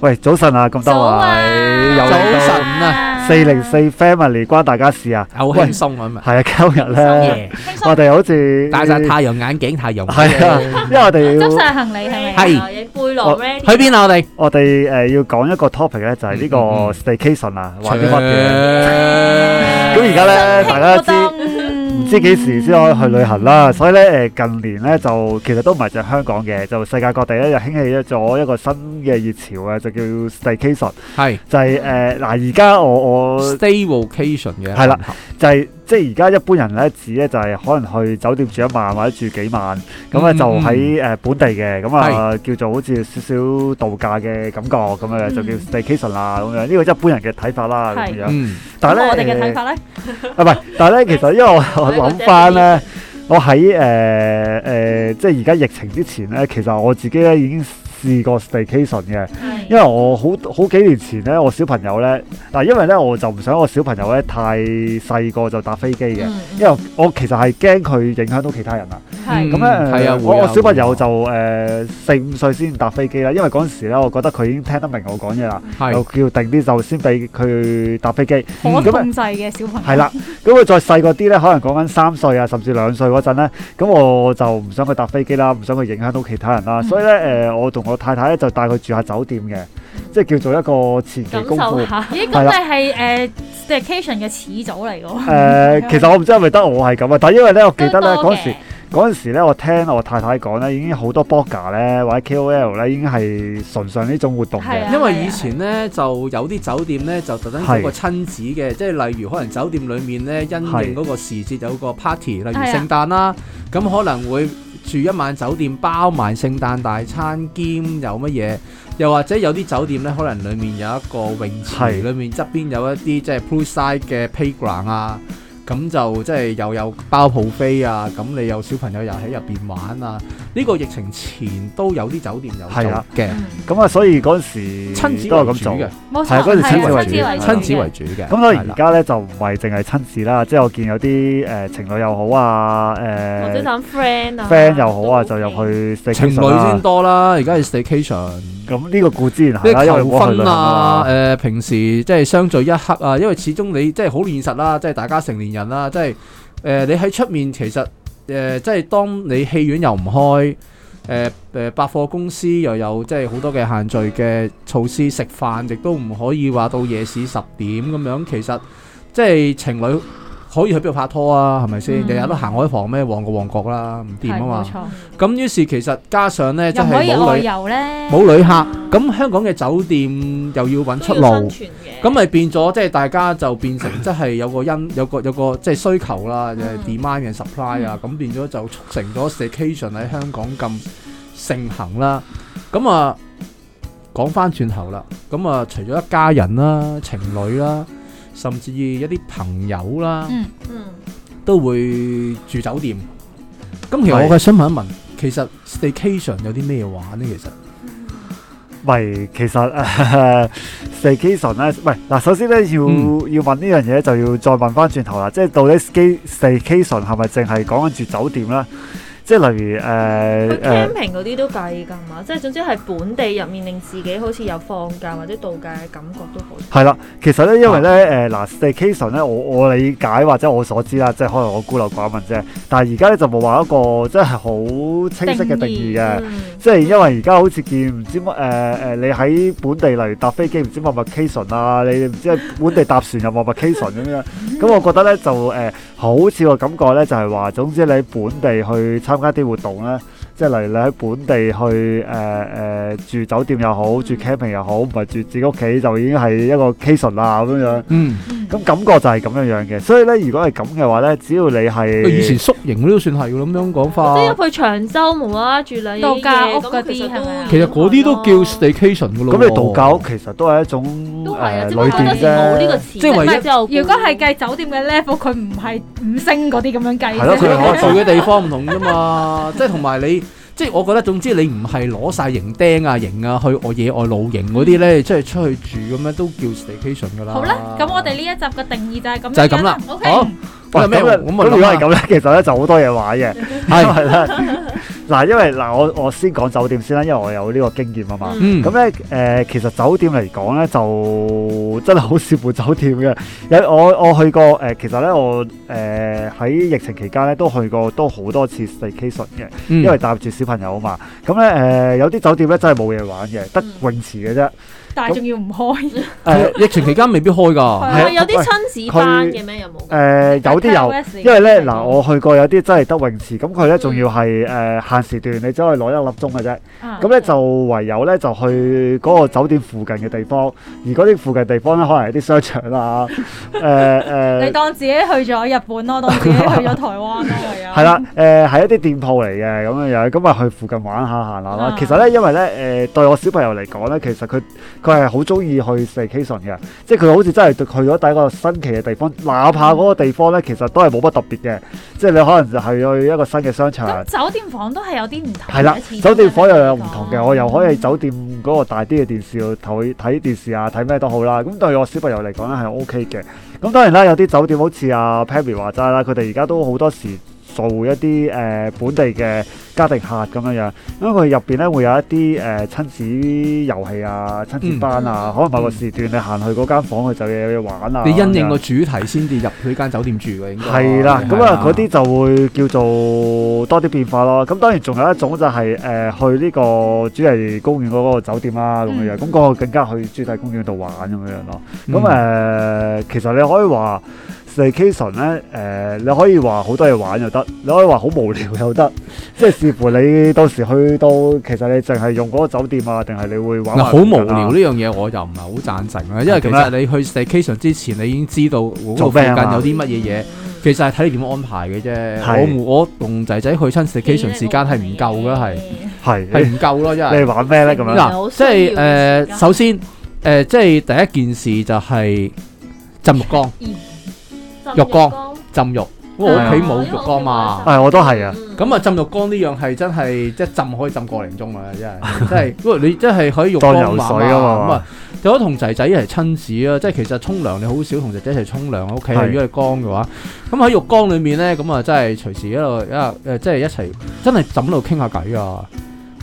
喂，早晨啊，咁多位，又嚟早到晨啊四零四 family 關大家事啊，好輕鬆咁啊！係啊， 今日咧，耶！我哋好似戴晒太陽眼鏡，太陽係 啊，因為我哋要執晒行李係咪？係。背囊我- ready。去邊啊？我哋我哋誒要講一個 topic 咧，就係呢個嗯嗯嗯 staycation 啊，玩啲乜嘢？咁 Ờ. 咁而家咧，大家知唔知幾時先可以去旅行啦？所以咧，誒近年咧就其實都唔係就香港嘅，就世界各地咧就興起咗一個新嘅熱潮啊，就叫 staycation，係就係誒嗱，而家我我 stay vacation 嘅係啦，就係、即係而家一般人咧指咧就係、可能去酒店住一晚或者住幾晚，咁啊嗯就嗯喺誒本地嘅，咁啊叫做好似少少度假嘅感覺咁樣，就叫 staycation 啦咁樣。呢個一般人嘅睇法啦咁嗯係樣。嗯，但係咧，咁我哋嘅睇法咧？啊唔係，但係咧其實因為我我諗翻 咧。我喺誒誒，即係而家疫情之前咧，其實我自己咧已經試過 staycation 嘅，因為我好好幾年前咧，我小朋友咧，嗱，因為咧我就唔想我小朋友咧太細個就搭飛機嘅，因為我其實係驚佢影響到其他人啊。係。咁嗯係咧啊誒，會我啊我小朋會友啊就誒四五歲先搭飛機啦，因為嗰陣時咧，我覺得佢已經聽得明我講嘢啦，係又叫定啲就先俾佢搭飛機。咁啊可控制嘅小朋友。係啦，咁佢再細個啲咧，可能講緊三歲啊，甚至兩歲嗰陣咧，咁我就唔想佢搭飛機啦，唔想佢影響到其他人啦，嗯所以咧誒、我同我太太咧就帶佢住下酒店嘅，即係叫做一個前期功夫。感受係下。啦。咦，咁你係，誒，staycation嘅始祖嚟㗎喎。誒、呃其實我唔知係咪得我係咁啊，但係因為咧，我記得咧都多嘅。嗰陣時，嗰陣時咧，我聽我太太講咧，已經好多 blogger 咧或者 KOL 咧，已經係崇尚呢種活動係嘅啊。因為以前咧就有啲酒店咧就特登係有個親子嘅，即係例如可能酒店裡面咧因係應嗰個時節有個 party，例如係啊聖誕啦，咁可能會住一晚酒店包埋聖誕大餐兼有乜嘢，又或者有啲酒店咧可能裡面有一個泳池，係裡面側邊有一啲即係 poolside 嘅 playground 啊。咁就即係又有包鋪飛啊！咁你有小朋友又喺入邊玩啊！呢、個疫情前都有啲酒店有係做啊嘅，咁啊，所以嗰陣時親子都係為咁主做。嘅。冇錯，係，嗰陣時係，啊親子為親子為主主。親子為主嘅。咁所以係而啦家咧就唔係淨係親子啦，即係我見有啲誒、呃情侶又好啊，誒、或者等friend啊， friend 又好啊，都就入 OK。去食情侶先多啦，而家係 staycation，咁呢個固之然即係啦，係因為求冇去旅行婚啊啊，誒、嘛。平時即係相聚一刻啊，因為始終你即係好現實啦，即係大家成年人啦，即係誒、你喺出面其實誒、即係當你戲院又唔開。誒誒、百貨公司又有即係好多嘅限聚嘅措施，食飯亦都唔可以話到夜市十點咁樣。其實即係情侶可以去邊度拍拖啊？係咪先？嗯日日都行海防咩？旺過旺角啦，唔掂啊嘛。係，冇錯。咁於是其實加上咧，即係冇旅又唔可以外遊咧。冇旅客，咁香港嘅酒店又要揾出路，咁咪變咗即係大家就變成即係有個因有個有個即係需求啦，誒嗯 demand 嘅 supply 啊，咁變咗就促成咗 staycation 喺香港咁盛行啦。咁啊講翻轉頭啦，咁啊除咗一家人啦、情侶啦，甚至一啲朋友啦。都會住酒店。咁其實係我係想問一問，其實 staycation 有啲咩玩呢？其實喂，其實呃 staycation 咧，喂嗱，首先咧要、嗯要問呢樣嘢，就要再問翻轉頭啦，即係到底 stay staycation 係咪淨係講緊住酒店咧？即係例如誒誒、呃佢 camping 嗰啲都計㗎嘛，即係總之係本地入面令自己好似有放假或者度假嘅感覺都好。係啦，其實咧，因為咧，誒嗱，staycation 咧，我我理解或者我所知啦，即係可能我孤陋寡聞啫。但係而家咧就冇話一個真係好清晰嘅定義嘅，嗯，即係因為而家好似見唔知乜誒誒，你喺本地例如搭飛機唔知乜 vacation 啊，你唔知喺本地搭船又乜 vacation 咁樣。咁我覺得咧就誒、好似個感覺咧就係話，總之你喺本地去參加啲活動咧。即係例如你喺本地去誒誒、住酒店又好，住 camping 又好，唔係住自己屋企就已經係一個 c a s o n 啦咁樣樣。嗯，咁感覺就係咁樣樣嘅。所以咧，如果係咁嘅話咧，只要你係以前宿營都算係㗎咁樣講即係法。入去長洲無啦啦住兩度假屋嗰啲係咪啊其實嗰啲都叫 staycation 㗎咯。咁，你度假屋其實都係一種都係啊，誒只不過旅嗰陣時冇呢店個啫。詞，即係唯一就如果係計酒店嘅level，佢唔係五星嗰啲咁樣計啫。係咯，佢佢可可住嘅地方唔同啫嘛， 即係同埋你。即係我覺得，總之你唔係攞晒營釘啊、營啊去我野外露營嗰啲嗯咧，即係出去住咁樣都叫 staycation 㗎啦。好啦，咁我哋呢一集嘅定義就係咁樣啦。就係咁啦。 OK。好，喂咁有咩咁啊咁咪咁如果諗下係咁咧，其實咧就好多嘢玩嘅。啊係因為咧，嗱，因為嗱，我我先講酒店先啦，因為我有呢個經驗啊嘛。嗯，咁咧誒，其實酒店嚟講咧，就真係好視乎酒店嘅。有我我去過誒、呃其實咧我誒喺、疫情期間咧都去過都好多次 staycation 嘅，因因為帶住小朋友啊嘛。咁咧誒有啲酒店咧真係冇嘢玩嘅，得泳池嘅啫。誒、但係仲要唔開。啊疫情期間未必開㗎，係啊係有啲親子班嘅咩？有冇？誒有啲有。有因為咧嗱，我去過有啲真係得泳池，咁佢咧仲要係誒、呃限時段，你只可以攞一粒鐘嘅啫。Ờ. 咁咧就唯有咧就去嗰個酒店附近嘅地方，而嗰啲附近地方咧可能係啲商場啦， 誒、你誒當自己去咗日本咯，當自己去咗台灣咯，唯有。係啦，誒係、一啲店鋪嚟嘅咁樣樣，咁咪去附近玩下行下啦啊。其實咧，因為咧誒、對我小朋友嚟講咧，其實佢佢係好中意去 staycation 嘅，即係佢好似真係去咗第一個新奇嘅地方，哪怕嗰個地方咧其實都係冇乜特別嘅，即係你可能就係去一個新嘅商場咁。酒店房都係有啲唔同嘅。係啦，始終酒店房又有唔都係同咁嘅，講我又可以喺酒店嗰個大啲嘅電視度睇睇電視啊，睇咩都好啦。咁對我小朋友嚟講咧係 O K 嘅。咁當然啦，有啲酒店好似阿 Pammy 話齋啦，佢哋而家都好多時做一啲誒、呃本地嘅家庭客咁樣樣，因為佢入邊咧會有一啲誒、呃、親子遊戲啊、親子班啊，可能某個時段你行去嗰間房，佢就有嘢玩啊。你因應咁樣個主題先至入去間酒店住嘅，應該係啦，咁啊嗰係啲就會叫做多啲變化咯。咁當然仲有一種就係、誒、去呢個主題公園嗰個酒店啦咁樣樣，咁、嗰個更加去主題公園度玩咁樣樣咯。嗯咁誒、啊呃其實你可以話 staycation 咧，誒、你可以話好多嘢玩又得，你可以話好無聊又得， 即係視乎你到時去到，其實你淨係用嗰個酒店啊，定係你會玩嗱，埋好無聊附呢近啊樣嘢我就唔係好贊成啦，啊因為其點咧實你去 staycation 之前，你已經知道嗰度做附咩近啊嘛有啲乜嘢嘢，其實係睇你點安排嘅係啫。我我同仔仔去親 staycation 時間係唔夠嘅，係係係唔夠咯，因你為你玩咩咧咁樣？嗱，即係誒，首先誒，即係第一件事就係浸浴缸、浴缸浸浴，啊因為我屋企冇浴缸嘛。誒，我都係啊，咁啊，浸浴缸呢樣係真係即係浸可以浸個 零鐘啊！真係真係，因為你真係喺浴缸當游水玩啊嘛咁啊，有得同仔仔一齊親子啊！即係其實沖涼你好少同仔仔一齊沖涼喺啊屋企，係如果係缸嘅話，咁喺浴缸裡面咧，咁啊真係隨時一路一路誒，即係一齊真係浸喺度傾下偈啊！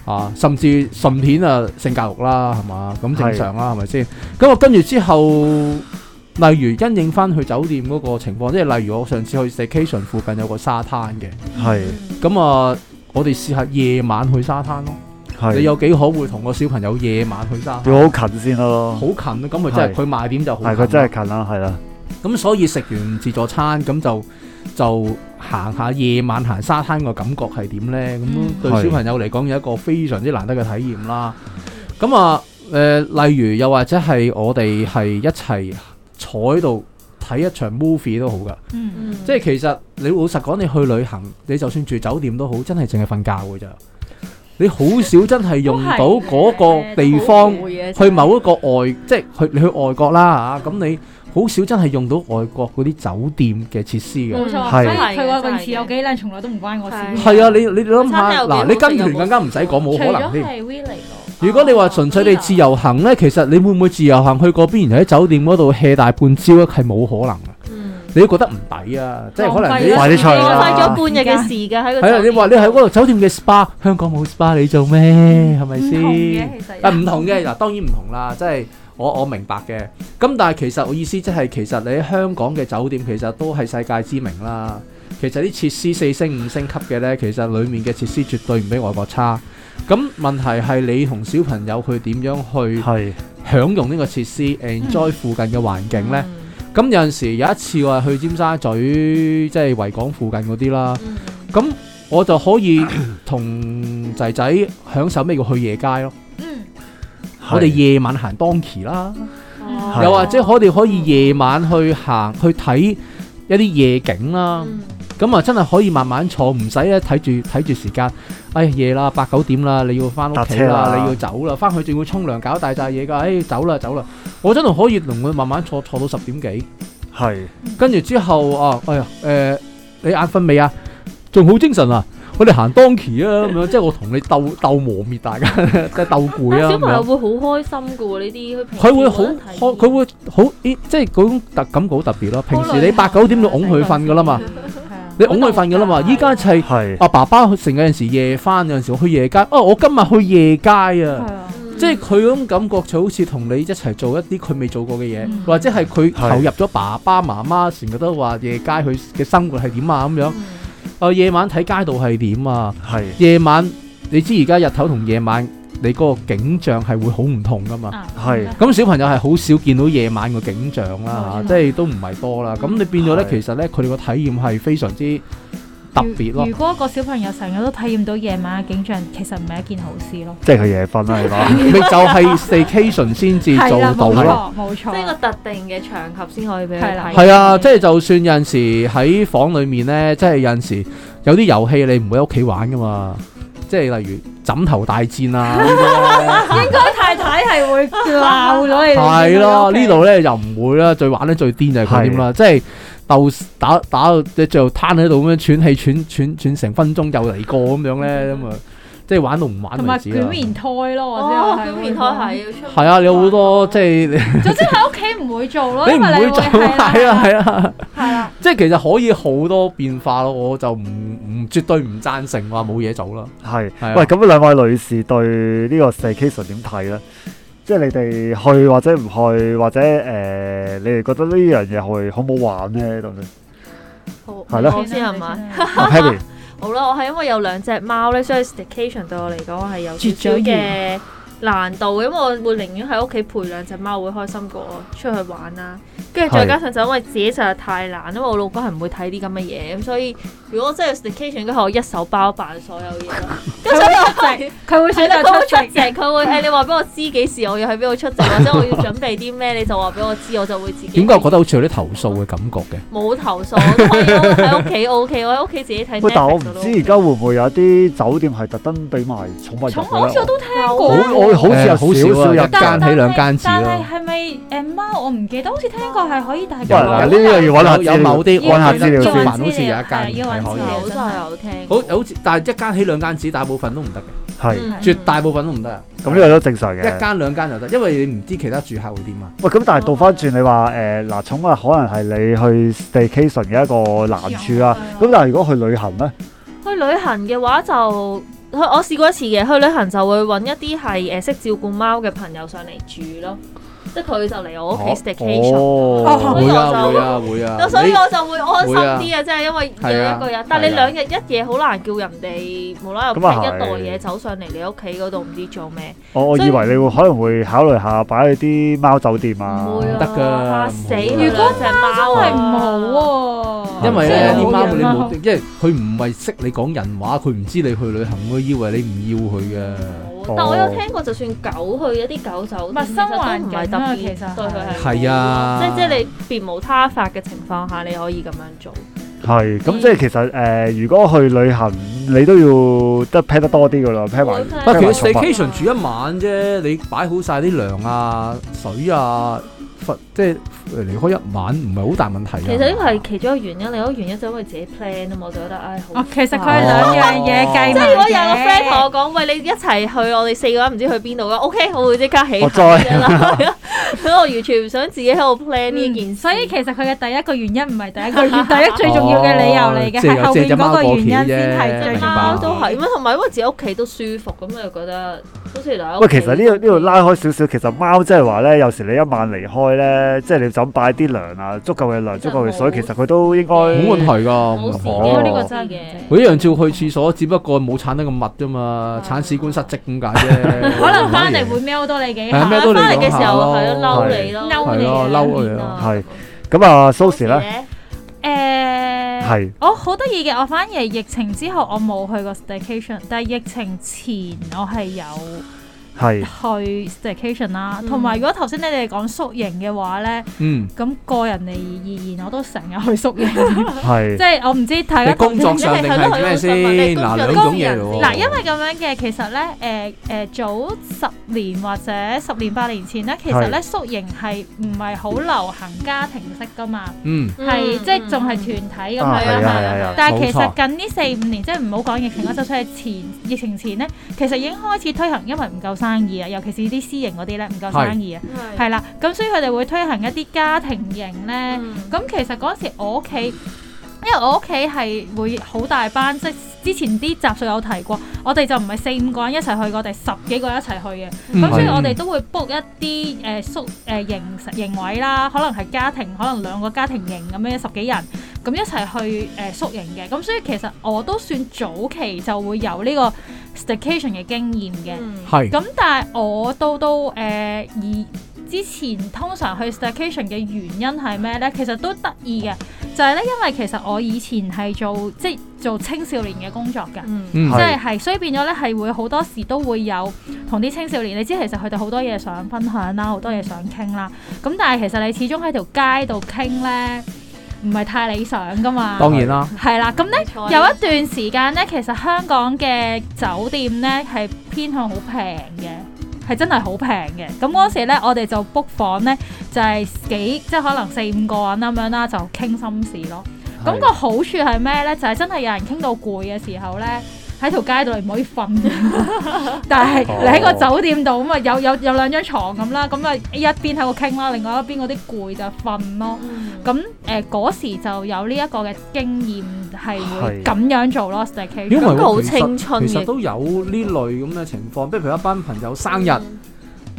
啊，甚至順便啊性教育啦，係嘛？咁正常啦，係咪先？咁啊我跟住之後，例如因應翻去酒店嗰個情況，即係例如我上次去 station 附近有個沙灘嘅。係咁啊，我哋試下夜晚去沙灘咯。係你有幾可會同個小朋友夜晚去沙灘？要好近先咯好。近啊！咁佢真係係佢賣點就好近係啊。佢真係近啦，係啦，咁，所以食完自助餐咁就就行下夜晚行沙灘個感覺係點呢？嗯咁對係小朋友嚟講有一個非常之難得嘅體驗啦。咁啊誒、例如又或者係我哋係一齊坐喺度睇一場 movie 都好噶。嗯即係其實你老實講，你去旅行，你就算住酒店都好，真係淨係瞓覺嘅咋。你好少真係用到都係嗰個地方去某一個外，即係去你去外國啦嚇，咁你好少真係用到外國嗰啲酒店嘅設施嘅。冇錯，所係以佢個泳池有幾靚，從來都唔關我事。係啊，你你你諗餐廳下有幾嗱，好你食跟有團冇更加唔使講，冇可能添。如如果你話純粹你自由行呢，其實你會唔會自由行去嗰邊，然後喺酒店嗰度 hea 大半朝咧，係冇可能嘅。你都覺得唔抵啊！即係可能你浪費咗快啲出去啦浪浪費費咗咗半日嘅時間喺個係啊，你話你喺嗰度酒店嘅 SPA，香港冇 SPA 你做咩？係咪嗯唔同嘅先？其實啊，唔同嘅嗱，當然唔同啦，即係我我明白嘅。咁但係其實我意思即係其實你喺香港嘅酒店其實都係世界知名啦。其實啲設施四星五星級嘅呢，其實裡面嘅設施絕對唔比外國差。咁問題係你同小朋友去點樣去係享用呢個設施，enjoy 嗯附近嘅環境呢？咁有陣時有一次我係去尖沙咀，即係維港附近嗰啲啦。咁我就 可以同仔仔享受咩叫去夜街咯。嗯，我哋夜晚行 Donkey 啦，係又或者我哋可以夜晚去行去睇一啲夜景嗯啦。咁啊，真係可以慢慢坐，唔使咧睇住睇住時間。哎呀，夜啦，八九點啦，你要翻屋企搭車啦，啦你要走啦，翻去仲要沖涼搞大扎嘢㗎。哎，走啦走啦，我真係可以同佢慢慢坐坐到十點幾。係跟住之後啊，哎呀，誒、你眼瞓未啊？仲好精神啊！我哋行 donkey 啊，咁樣即係我同你鬥鬥磨滅大家， 即係鬥攰啊咁小朋友樣。會好開心噶喎，呢啲佢會好開，佢 Dạ, 會好，咦即係嗰種特感覺好特別咯。平時你八九點就拱佢瞓噶啦嘛，係啊。你拱佢瞓噶啦嘛。依家就係係阿爸爸成日有陣時夜翻，有陣時我去夜街。哦，我今日去夜街啊！係啊，嗯即係佢嗰種感覺就好似同你一齊做一啲佢未做過嘅嘢，嗯或者係係佢投入咗爸爸媽媽成日都話夜街佢嘅生活係點啊嗯咁樣。啊，夜晚睇街道係點啊？係夜晚你知而家日頭同夜晚你嗰個景象係會好唔同噶嘛？啊係咁小朋友係好少見到夜晚個景象啦，冇錯即係都唔係多啦。咁你變咗呢，係其實呢，佢哋個體驗係非常之特別咯如。如果個小朋友成日都體驗到夜晚嘅景象，其實唔係一件好事咯。即係佢夜瞓啦，係 嘛？咪就係 staycation 先至做係啦，到冇咯。錯冇錯，即係個啊特定嘅場合先可以俾佢係啦睇。係啊，即係就算有陣時喺房裡面呢，即係有陣時有啲遊戲你唔會喺屋企玩噶嘛，即係例如枕頭大戰 啊呢啲呢。應該太太係 會鬧咗你。係啊咯，呢度咧又唔會啦，最玩得最癲就係佢添啦，即係鬥打打到即係最後攤喺度咁樣喘氣，喘喘喘成分鐘又嚟過咁樣咧，咁啊，即係玩到唔玩同埋為止啊捲啦。棉胎咯，或者哦，係表會面開係要出。係啊，你有好多即係你總之喺屋企唔會做咯，你因唔為會你做，係係啊啦，係啊，係啦，即係其實可以好多變化咯，我就唔唔絕對唔贊成話冇嘢做啦。係係啊喂，咁兩位女士對呢個 staycation 點睇咧？即係你哋去或者唔去，或者誒、呃你哋覺得呢樣嘢去好唔好玩咧？咁樣係咯好我先係嘛？阿 Penny 好啦，我係因為有兩隻貓咧，所以 staycation 對我嚟講我係有少絕少咗嘅難度，因為我會寧願喺屋企陪兩隻貓會開心過我出去玩啦。跟住再係加上就因為自己實在太懶，因為我老公係唔會睇啲咁嘅嘢，咁所以如果真係 staycation 嘅話，我一手包辦所有嘢 咯。咁所以我係佢會選係啦佢擇會出出席席，。佢會誒你話俾我知幾時我要喺邊度出席，或者我要準備啲咩，你就話俾我知，我就會自己。點解我覺得好似有啲投訴嘅感覺嘅？冇投訴，我都可以喺屋企 O K，我喺屋企自己睇 Netflix 喂，但我唔就都知而家會唔會有啲酒店係特登俾埋寵物寵入物好嘅似咧我？都聽我過好我我好誒似有少好少少有啊一間。間起兩間止咯但係係咪誒貓？我唔記得，好似聽過係可以帶喂，有嗱呢個要揾下有有資料某啲揾下資料先我覺得中。文好似有一間係要揾係可資以料有真真係係有聽過，好好似但係一間起兩間止，大部分都唔得嘅，係，嗯絕大部分都唔得啊。咁呢個都正常一嘅。間兩間就得，因為你唔知其他住客會點啊。喂，咁但係倒翻轉，你話誒嗱，寵物可能係你去 staycation 嘅一個難處啦。咁但係如果去旅行咧，去旅行嘅話就。去我試過一次嘅，去旅行就會揾一啲係誒識照顧貓嘅朋友上嚟住咯，即係佢就嚟我屋企 staycation，哦所會以我啊就會啊會啊咁。所以我就會安心會啊啲啊，即係因為係啊有一個人，但係你係啊兩日一夜好難叫人哋無啦啦咁啊係一袋嘢走上嚟你屋企嗰度唔知做咩，我我以為你會可能會考慮下擺去啲貓酒店啊。唔會得㗎啊，嚇死唔佢會啊兩隻貓真啊係唔啊好喎，啊因為咧真係啲好貓人你冇，因為佢唔係識你講人話，佢唔知你去旅行，佢以為你唔要佢嘅。但我有聽過，就算狗去一啲狗酒店，陌生環其實都唔境係特啊別其實對佢係好係啊即係即係你別無他法嘅情況下，你可以咁樣做。係，咁即係其實誒，如果去旅行，你都要得 pair 得多啲噶啦，pair 埋會 pair 不過得其 pair 實多啲埋寵物 staycation 住一晚啫，你擺好晒啲糧啊、水啊、佛即係呃離開一晚唔係好大問題㗎。其實呢個係其中一個原因，另一個原因就因為自己 plan 啊嘛，我就覺得唉好哦。其實佢係係兩樣嘢計埋嘅。即係如果有個 friend 同我講，喂，你一齊去，我哋四個人唔知去邊度啦，OK，我會即刻起我行再嘅啦。係啊所以 我完全唔想自己喺度 plan 呢件嗯事。所以其實佢嘅第一個原因唔係第一 個原，第一最重要嘅理由嚟嘅，哦即係係有後借面隻嗰貓個過原因橋啫先係最隻明重白貓要。都係，咁同埋因為自己屋企都舒服，咁又覺得好似留喺喂，屋其企實呢度呢度拉開少少，其實貓即係話咧，有時你一晚離開咧，即係你就咁擺啲糧啊，足夠嘅糧，足夠嘅水，其實佢都應該冇問題㗎，冇冇事哦嘅，呢個個真真係嘅。佢一樣照去廁所，只不過冇鏟得咁密啫嘛，鏟屎官失職咁解啫。 可能翻嚟會喵多你幾係啊下。咩都嚟翻嚟講嘅下時候咯係咯，嬲你咯，嬲係你咯，啊嬲佢啊！係咁啊，Sosze 咧，誒，係我好得意嘅，我反而疫情之後我冇去過 staycation，但係疫情前我係有。係去 staycation 啦，嗯同埋如果頭先你哋講宿營嘅話呢，嗯，咁個人嚟而言，我都成日去宿 營，即係係我唔知大你家工作哦上定係咩先？嗱，兩種嘢工喎。人嗱，因為咁樣嘅，其實呢，誒、誒、早十年或者十年八年前呢，其實呢宿營係唔係好流行家庭式噶嘛，嗯，係、即係仲係團體咁樣。啊係啊係啊係啊但係其冇錯實近呢四五年，即係唔好講疫情啦，就算係前疫情前呢，其實已經開始推行，因為唔夠生意啊，尤其是啲私營嗰啲呢，唔夠係生意啊。係啦，嗯咁所以佢哋會推行一啲家庭型咧。咁、其實嗰時我屋企因為我屋企係會好大班，即係之前啲集數有提過，我哋就唔係四五個人一齊去，我哋十幾個人一齊去嘅。咁所以嗯我哋都會 book 一啲誒宿誒營營位啦，可能係家庭，可能兩個家庭營咁樣十幾人，咁一齊去誒宿營嘅。咁所以其實我都算早期就會有呢個 staycation 嘅經驗嘅。嗯係咁但係我到到誒而之前通常去 staycation 嘅原因係咩呢？其實都得意嘅，就係、呢，因為其實我以前係做即係做青少年嘅工作㗎。嗯嗯即係係，所以變咗咧係會好多時都會有同啲青少年，你知其實佢哋好多嘢想分享啦，好多嘢想傾啦。咁但係其實你始終喺條街度傾咧，唔係太理想噶嘛。當然啦，係啦，咁咧冇錯有一段時間咧，其實香港嘅酒店咧係偏向好平嘅，係真係好平嘅。咁嗰時咧，我哋就 book 房咧就係、幾即係可能四五個人咁樣啦，就傾心事咯。咁個好處係咩咧？就係、真係有人傾到攰嘅時候咧，喺條街度你唔可以瞓，但係你喺個酒店度咁啊，有有有兩張床咁啦，咁啊一邊喺度傾啦，另外一邊嗰啲攰就瞓咯。咁誒嗰時就有呢一個嘅經驗係會係咁樣做咯因為，staycation。都好我其實青春嘅其實都有呢類咁嘅情況，譬如一班朋友生日啊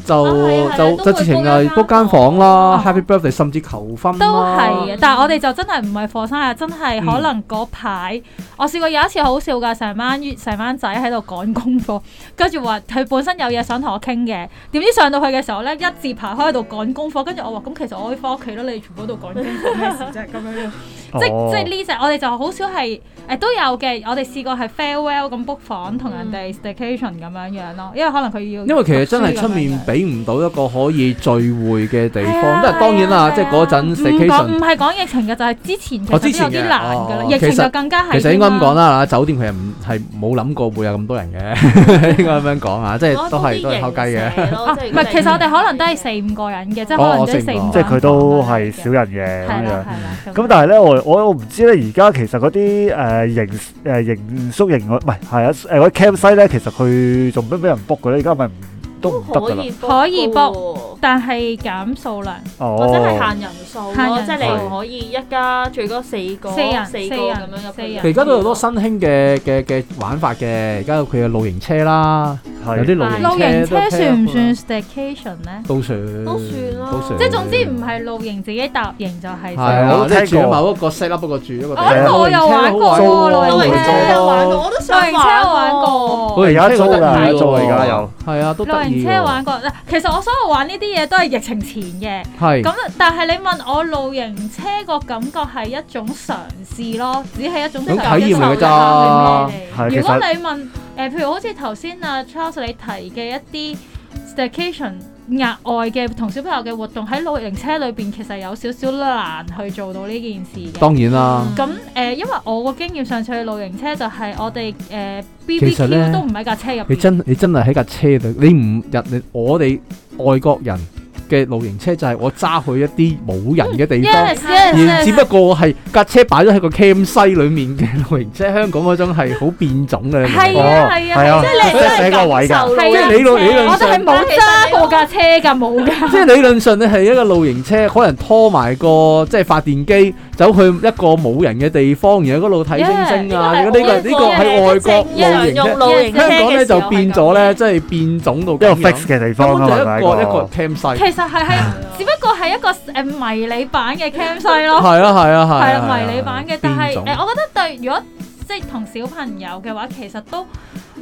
係就啊就都就會直情 book 一係間 book 間房啦房，Happy Birthday 甚至求婚都係啦，嘅，但係我哋就真係唔係課生日，啊真係嗯可能嗰排、我試過有一次好笑㗎，成班成班仔喺度趕功課，跟住話佢本身有嘢想同我傾嘅，點知上到去嘅時候咧，一字排開喺度趕功課，跟住我話咁其實我可以翻屋企啦，你哋全部喺度趕功課咩事啫咁樣樣。即哦即呢只我哋就好少係誒、呃都有嘅，我哋試過係 farewell 咁 book 房同人哋 staycation 咁樣樣咯，因為可能佢要因為其實真讀係書咁出面樣樣俾唔到一個可以聚會嘅地係啊方，即係當然係啦，啊即係嗰陣唔講唔 staycation 係講疫情嘅，就係之前其哦之實前都有啲嘅難㗎啦，哦疫情其實就更加係。其實應該咁講。啦，酒店其實唔係冇諗過會有咁多人嘅， 應該咁樣講啊，即係都係都係偷雞 嘅。啊哦唔係，其實我哋可能都係四五個人嘅，即係哦可能都四係五四五個個人。即係佢都係少人嘅係咁樣啦。係啦。咁但係咧，我我我唔知咧，而家其實嗰啲誒營誒營宿營嗰唔係係啊誒嗰啲 camp 西咧，其實佢仲俾唔俾人 book 嘅咧？而家咪唔都唔得可㗎啦。以可以 book，但係減數量，哦，或者係限人數限咯，人即係你唔可以一家最多四個，四人四四個人咁樣入四人其實而家都有好多新興嘅嘅嘅玩法嘅，而家有佢嘅露營車啦，有係啲露營露營車車都算唔 camp 啊算 staycation 咧？都算，都算啦都算即係總之唔係露營自己搭營就係係。啊，我都聽過即係住某一個 set up 一個住一個地我方。係啊我有玩過喎露露營露車營營車車，有玩過，我都露想營車玩過。露營車我而家租㗎好得意喎租而家有係啊，都露得意營喎車玩過，嗱其實我所有玩呢啲嘢都係疫情前嘅。係咁啊但係你問我露營車個感覺係一種嘗試咯，只係一種咁嘗體驗試嚟㗎咋？係其如果實你問誒、呃譬如好似頭先啊 Charles 你提嘅一啲 staycation 額外嘅同小朋友嘅活動喺露營車裏邊，其實有少少難去做到呢件事嘅。當然啦，咁誒、呃因為我個經驗，上次去露營車就係我哋誒、呃實呢 BBQ 都唔喺架車入你邊，真你真係喺架車度，你唔入你我哋外國人嘅露營車就係我揸去一啲冇人嘅地方。 Yes, yes, 而 yes 只不過係架車擺咗喺個 cam 西裏面嘅露營車，香港嗰種係好變種嘅。你明唔明係啊係係啊係啊啊，即係寫個位㗎，即係理論理我論啊哋係上，冇揸過架車㗎，冇㗎。 即係理論上你係一個露營車，可能拖埋個即係發電機走去一個冇人嘅地方，然後嗰度睇星星啊！呢呢個個呢係個我係外國露營用車，露營車香港咧嘅時候就係變咗咧，即係變種到一咁個樣 fix 嘅地根方啊本啦，就係咪一個一個 cam 其西，實係係，只不過係一個誒迷你版嘅 cam 西咯。係啊係啊係啊係啦，係啊迷你版嘅，但係誒、變種我覺得對，如果即係同小朋友嘅話，其實都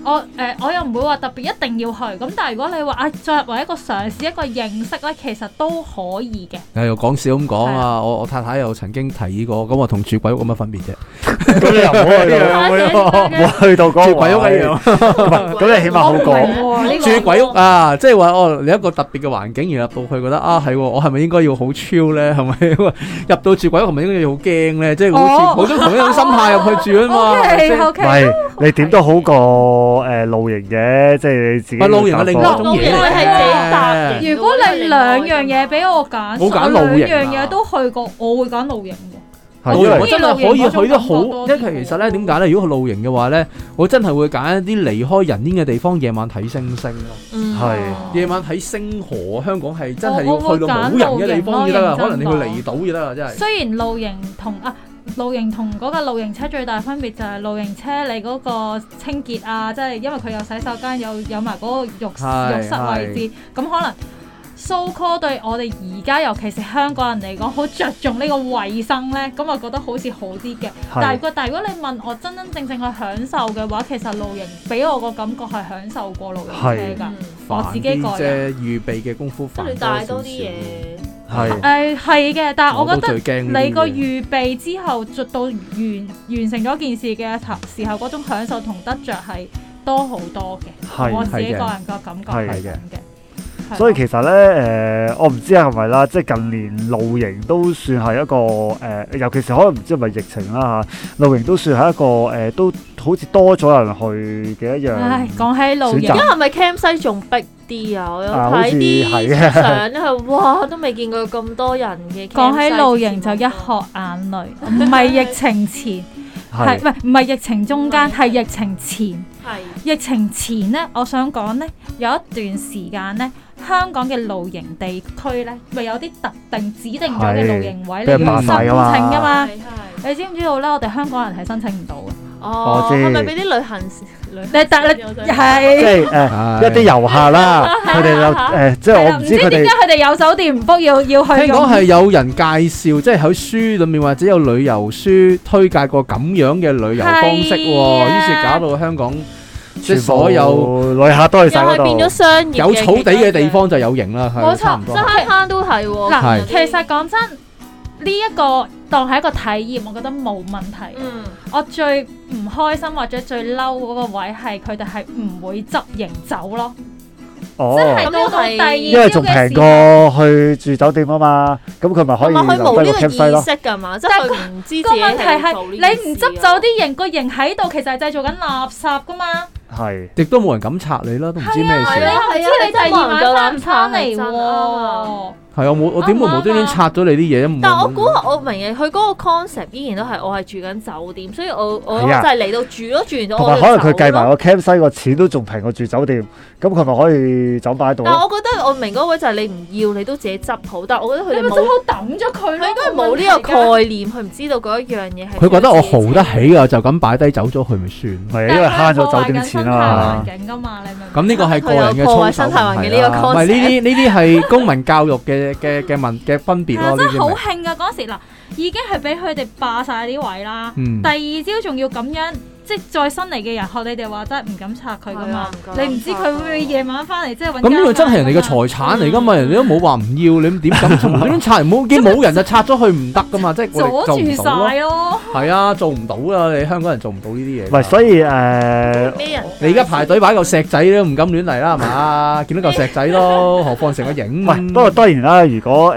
我誒、我又唔會話特別一定要去。咁但係如果你話啊，作為一個嘗試一個認識咧，其實都可以嘅。誒又講笑咁講係啊！我我太太又曾經提議過，咁我同住鬼屋有乜分別啫？咁你又唔好去到，唔好去到嗰個住鬼屋一位樣。咁你起碼我好唔過係喎呢個住鬼屋啊，即係話哦，你一個特別嘅環境，然後入到去覺得啊嗯係喎，我係咪應該要好 chill 咧？係咪 入到住鬼屋係咪應該要好驚咧？即係好似哦好多同一種心態入去住啊嘛。係咪 先唔 OK OK，係你點都好過誒露營嘅，即係你自己咪露營係另外一種露嘢營嚟係自己搭嘅。嘅如果你兩樣嘢俾我揀，冇揀露我營啊兩樣嘢都去過，我會揀露營喎。係露因營我為真係可以去得好，我中意露營嗰種感覺因為多啲其實咧點解咧？如果去露營嘅話咧，我真係會揀一啲離開人煙嘅地方，夜晚睇星星咯。係夜晚睇星河，香港係真係哦我要我去到會冇揀人嘅地方先得露營咯啦，可能你去認真離島先得啦，真係。雖然露營同啊露營同嗰架露營車最大分別就係露營車你嗰個清潔啊，即係因為佢有洗手間，有有埋嗰個浴係浴室位置，咁可能 so call 對我哋而家尤其是香港人嚟講，好着重呢個衞生呢，咁我覺得好似好啲嘅。但係個但係如果你問我真真正正去享受嘅話，其實露營俾我個感覺係享受過露營車係㗎。我煩自己啲個啫，人預備嘅功夫即係煩你帶多多少啲嘢，係誒係嘅，但係少。我覺都得。最驚呢啲你個嘢預備之後，做到完完成咗件事嘅頭時候，嗰種享受同得着係多好多嘅。係我自己係嘅個人個感覺係係咁嘅嘅。係所以咯其實咧，誒、我唔知係咪啦，即係近年露營都算係一個誒、尤其是可能唔知係咪疫情啦嚇，露營都算係一個誒、都好似多咗人去嘅一樣。唉，講起露選而擇營，家係咪 camp 西仲逼啲啊？我有啊好似睇啲係啊相咧，係哇都未見過咁多人嘅 camp 講西起露營就一節目殼眼淚，唔係疫情前，係係唔係唔係疫情中間，係唔係疫情前。係疫情前呢，我想講呢，有一段時間呢，香港嘅露營地區呢，咪有啲特定指定咗嘅係露營位俾人你要霸申晒㗎請嘛噶嘛。係係你知唔知道咧？我哋香港人係申請唔到嘅。哦，我知係咪俾 啲旅行旅你但你即係係誒、 唉一啲遊客啦，佢哋就誒，即係係啦我唔知佢點哋解佢哋有酒店唔 book 要要去聽講咁。係有人介紹，即係喺書裏面或者有旅遊書推介過咁樣嘅旅遊方式係喎，於是啊搞到香港即全係部所有旅客都去又晒嗰係變咗度，商業有草地嘅地方就有型啦，冇錯係差唔多真。係慳都係喎。係嗱，其實講真，呢一個當係一個體驗，我覺得冇問題。嗯我最唔開心或者最嬲嗰個位係佢哋係唔會執營走咯，即係哦，到到第二因為仲朝嘅平時候過去住酒店啊嘛，咁佢咪可同埋以佢留冇低呢個個 camp 西意咯，識㗎嘛，即但係係佢唔知自己個問題係係做呢件事你唔執走啊啲營，個營喺度其實係製造緊垃圾噶嘛。係亦都冇人敢拆你啦，都唔知咩係事。啊，你又唔知你第二晚翻唔翻嚟真係啱喎。係啊，我我點會無端端拆咗你啲嘢？冇但我估我明嘅，佢嗰個 concept 依然都係我係住緊酒店，所以我我就係啊係嚟到住咯，住完咗同我埋就可能佢走計埋咯。個 camp 西個錢都仲平過住酒店，咁佢咪可以走擺喺度但咯。我覺得我明嗰位就係你唔要，你都自己執好。但係我覺得你佢咪哋真冇，好抌咗佢咯。佢應該冇呢個概念，佢唔知道嗰一樣嘢係。佢覺得我豪得起啊，就咁擺低走咗佢咪算。係因但為慳係佢咗酒店破壞緊嘅錢生啊態嘛。環境㗎嘛，你明唔明？咁呢個係個人嘅操守問題啦，唔係呢啲呢啲係公民教育嘅嘅嘅問嘅分別係啊咯，呢 真係啲好咪興㗎！嗰時嗱，已經係俾佢哋霸晒啲位啦。嗯第二朝仲要咁樣，即係再新嚟嘅人學你哋話齋唔敢拆佢㗎係嘛啊唔。敢你唔知佢會唔會夜晚翻嚟即係揾。咁呢個真係人哋嘅財產嚟噶嘛，人哋都冇話唔要，你點敢 無端端拆？冇見冇人就拆咗佢唔得噶嘛，即係我阻哋做唔住到咯。晒咯。係啊，做唔到啊！你香港人做唔到呢啲嘢㗎。唔係，所以誒，嗯咩人？你而家排隊擺嚿石仔都唔敢亂嚟啦，係嘛？見到嚿石仔咯，何況成個影。唔係，不過當然啦，如果誒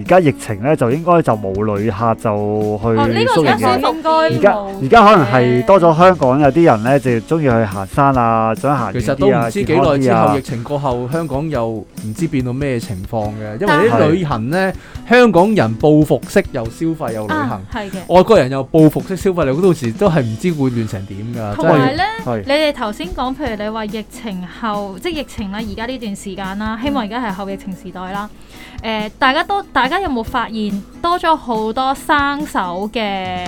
而家疫情咧，就應該就冇旅客就哦，呢去個宿營嘅真係。應該而家冇而家可能係多咗香港有啲人咧，就中意去行山啊，想行其實遠都啲唔啊，知健幾康耐之啲後，啊疫。情過後，香港又唔知變到咩情況嘅，因但為啲係旅行呢，香港人報復式又消費又旅啊行，，係嘅。外國人又報復式消費，你到時都係唔知會亂成點㗎。同啊真係埋咧。係你哋頭先講，譬如你話疫情後，即係疫情啦，而家呢段時間啦，希望而家係後疫情時代啦。誒、大家都大家有冇發現多咗好多生手嘅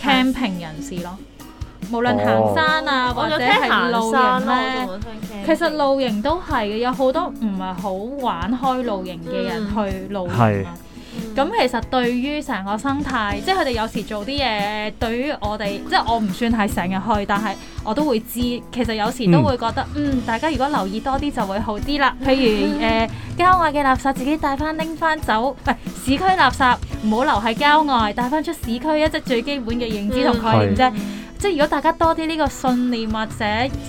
camping 人士咯？無論行山啊，我或者就聽係行露山營咯，咧，我仲冇聽 camp 其實露營都係嘅，有好多唔係好玩開露營嘅人去露營係啊。嗯咁其實對於成個生態，即係佢哋有時做啲嘢，對於我哋，即係我唔算係成日去，但係我都會知。其實有時都會覺得，嗯大家如果留意多啲就會好啲啦。譬如誒、呃郊外嘅垃圾自己帶翻拎翻走，唔係市區垃圾唔好留喺郊外，帶翻出市區一即係最基本嘅認知同概嗯念啫。即係如果大家多啲呢個信念或者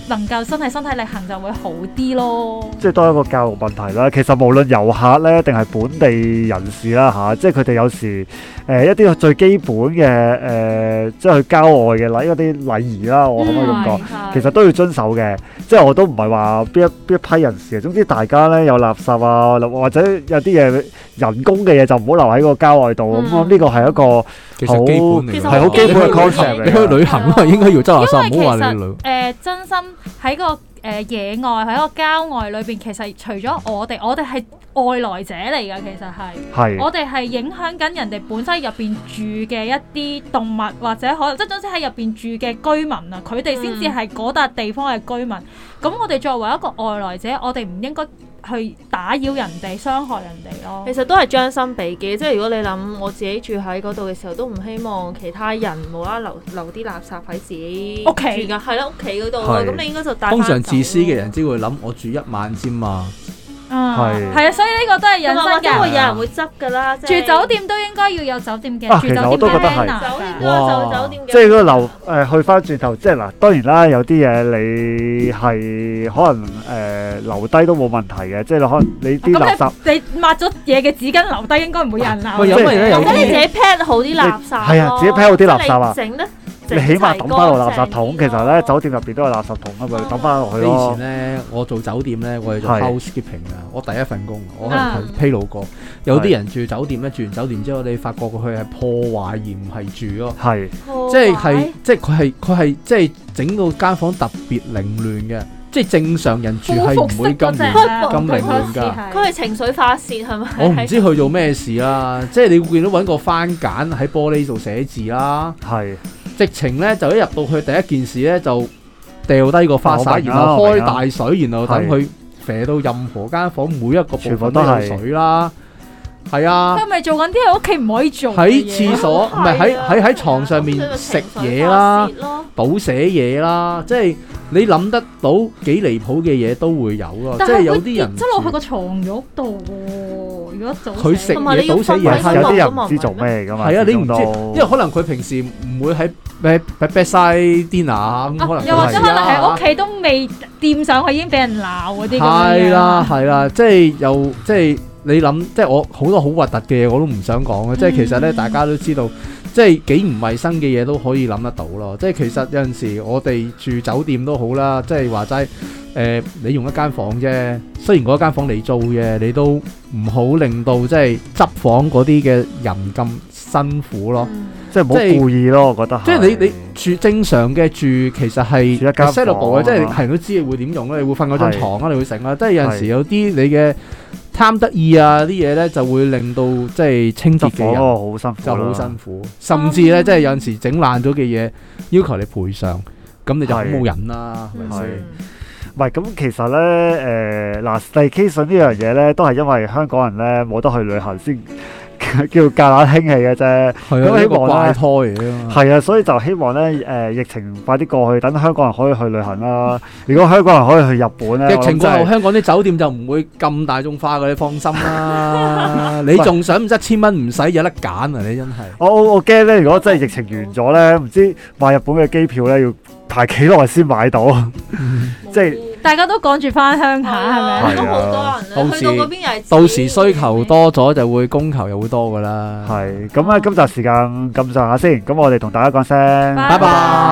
能夠身體身體力行，就會好啲咯。即係多一個教育問題啦。其實無論遊客咧，定係本地人士啦吓、即係佢哋有時誒、呃一啲最基本嘅誒、呃即係去郊外嘅禮嗰啲禮儀啦，我可唔可以咁講？嗯其實都要遵守嘅，即係我都唔係話邊一邊一批人士，總之大家咧有垃圾啊，或者有啲嘢人工嘅嘢就唔好留喺個郊外度咁。嗯我諗呢個係一個其實基本嚟其實㗎，係好基本嘅好基本 concept 嘅嚟你去㗎。旅行啊，應該要執垃圾，因為唔好話其實你旅誒、真心喺個誒、誒野外喺一個郊外裏邊，其實除咗我哋，我哋係外來者嚟㗎，其實係。係我哋係影響緊人哋本身入邊住嘅一啲動物，或者可能即係總之喺入邊住嘅居民啊，佢哋先至係嗰笪地方嘅居民。咁、我哋作為一個外來者，我哋唔應該去打擾人哋、傷害人哋咯其。實都係將心比己，即係如果你諗我自己住喺嗰度嘅時候，都唔希望其他人無啦啦留留啲垃圾喺自己屋企住㗎，係啦，屋企嗰度咯。係咁你應該就帶通常返自私嘅走人只會諗我住一晚啫嘛，嗯係係啊，所以呢個都係咯，人同埋或生者會嘅。有人會執㗎啦，即係住酒店都應該要有酒店嘅啊住其實我酒都店覺得係 planner 酒店都㗎有哇酒酒店嘅，即係嗰個樓誒去翻轉頭，即係嗱，當然啦，有啲嘢你係可能誒、留低都冇問題嘅，即係你可能你啲垃圾啊咁。你你抹咗嘢嘅紙巾留低，應該唔會有人鬧喂你。有咩咧有或者你自啲己 pad 好啲垃圾咯，係啊自己 pad 好啲垃圾啊即係你整得你起碼抌翻落垃圾桶，其實咧酒走店入邊都有垃圾桶啊嘛，你抌翻落去你以前咯。咧，我做酒店咧，我係做係 housekeeping 啊，我第一份工，我可啊能披露過，有係啲人住酒店咧，住完酒店之後，你發覺佢係破壞而唔係住咯，係即係係即係佢係佢係即係整到間房特別凌亂嘅，即係正常人住係唔會啊咁亂。咁凌亂㗎啊佢係情緒發泄係咪？我唔知佢做咩事啦，即係你會見到揾個番簡喺玻璃度寫字啦，係直情咧就一入到去第一件事咧就掉低個花我灑，明然啊後我開明啊大水，然後等佢肥到任何間房每一個部全部分都都有係水啦，係啊。佢咪做緊啲喺屋企唔可以做嘅喺嘢廁所唔係喺喺喺床上面食嘢啦，倒寫嘢啦，即係你諗得到幾離譜嘅嘢都會有咯，即但係啊係有會啲跌人咗落去個床褥度喎。如果早佢食同埋你嘢要倒寫有分嘢開有係有啲啲人唔知做咩噶嘛。係啊，你唔始知，終因為可能佢平時唔會喺誒喺 bedside dinner 啊咁，可啊能又或者佢可係能喺啊屋企都未掂上去，已經俾人鬧嗰啲咁樣係啦，係啦，即係又即係你諗，即係我好多好核突嘅嘢我都唔想講嘅，即係其實咧嗯大家都知道，即係幾唔衞生嘅嘢都可以諗得到咯。即係其實有陣時我哋住酒店都好啦，即係話齋誒，你用一間房啫，雖然嗰間房你租嘅，你都唔好令到即係執房嗰啲嘅人咁辛苦咯。即係唔即係好故意咯，我覺得係。即係你你住正常嘅住其實係住一間房 sellable 嘅，即係啊嘛係人都知你會點用啦，你會瞓嗰張係床啊，你會成啦。即係有陣時係有啲你嘅貪得意啊啲嘢咧，就會令到即係清執潔火嘅嗰人個好辛苦就好辛苦。苦，甚至咧嗯即係有陣時整爛咗嘅嘢要求你賠償，咁你就好係冇癮啦，係咪係先？唔係咁，其實咧誒嗱，staycation 呢樣嘢咧，都係因為香港人咧冇得去旅行先叫夾硬興起嘅啫。係咁啊，希一個望啦怪胎嚟㗎嘛。係啊，所以就希望咧，誒、疫情快啲過去，等香港人可以去旅行啦。如果香港人可以去日本咧，疫情我諗真過後，係香港啲酒店就唔會咁大眾化嘅，你放心啦。 你仲想唔一千蚊唔使有得揀啊？你真係。我我我驚咧，如果真係疫情完咗咧，唔知買日本嘅機票咧要排幾耐先買到？嗯即係大家都趕住翻鄉係下，係咪？啊，都好多人啊，去到嗰邊又係到時需求多咗就會供求又會多噶啦。係咁啊，今集時間咁上下先，咁我哋同大家講聲，拜拜拜。